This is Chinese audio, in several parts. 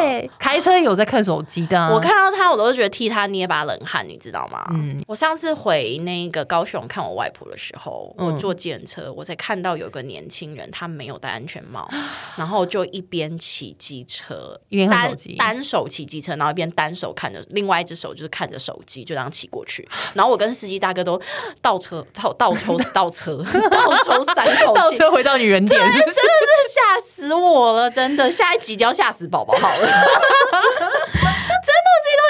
对，开车有在看手机的啊。我看到他，我都觉得替他捏把冷汗，你知道吗？嗯我上次回那个高雄看我外婆的时候，我嗯坐计程车，我才看到有一个年轻人，他没有戴安全帽， 然后就一边骑机车，一边看单手机单手骑机车，然后一边单手看着，另外一只手就是看着手机，就这样骑过去。然后我跟司机大哥都倒车、倒倒抽、倒车、 倒抽三口倒气，车回到你原点，哎吓死我了，真的，下一集就要吓死宝宝好了。真的， 我自己都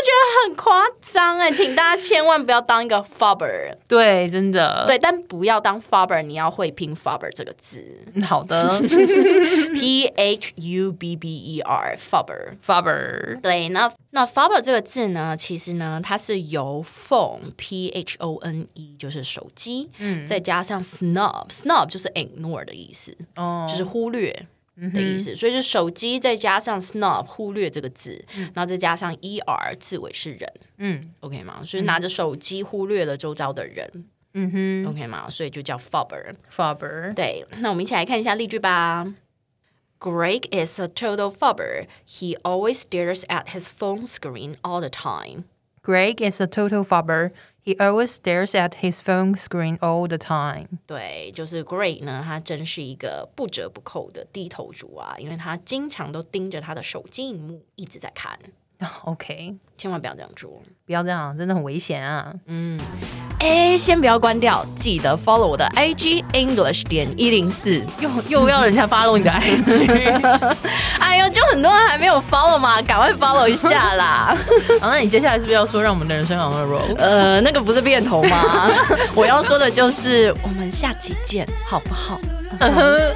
觉得很夸张哎，请大家千万不要当一个 fobber，对，真的，对，但不要当 fobber，你要会拼 fobber 这个字对，嗯好 的，p h u b b e r fobber。 ，Barber，对，那那 fobber 这个字呢，其实呢，它是由 phone p h o n e 就是手机，嗯，再加上 snob snob 就是 ignore 的意思，哦嗯就是忽略的意思。所以是手机再加上 snob 忽略这个字，然后再加上 er 字尾是人嗯，OK 吗？所以拿着手机忽略了周遭的人、嗯哼 o k 吗？所以就叫 fobber。 ，Barber，对，那我们一起来看一下例句吧。Greg is a total fobber. He always stares at his phone screen all the time. Greg is a total fobber. He always stares at his phone screen all the time. 对，就是 Greg 呢，他真是一个不折不扣的低头族啊，因为他经常都盯着他的手机荧幕一直在看， OK，千万不要这样做。不要这样，真的很危险啊！哎，先不要关掉，记得 follow 我的 IG English 点一零四。又又要人家发动你的 IG，哎呦，就很多人还没有 follow 嘛，赶快 follow 一下啦。好，那你接下来是不是要说让我们的人生 on a roll？呃，那个不是变头吗？我要说的就是，我们下期见，好不好？ I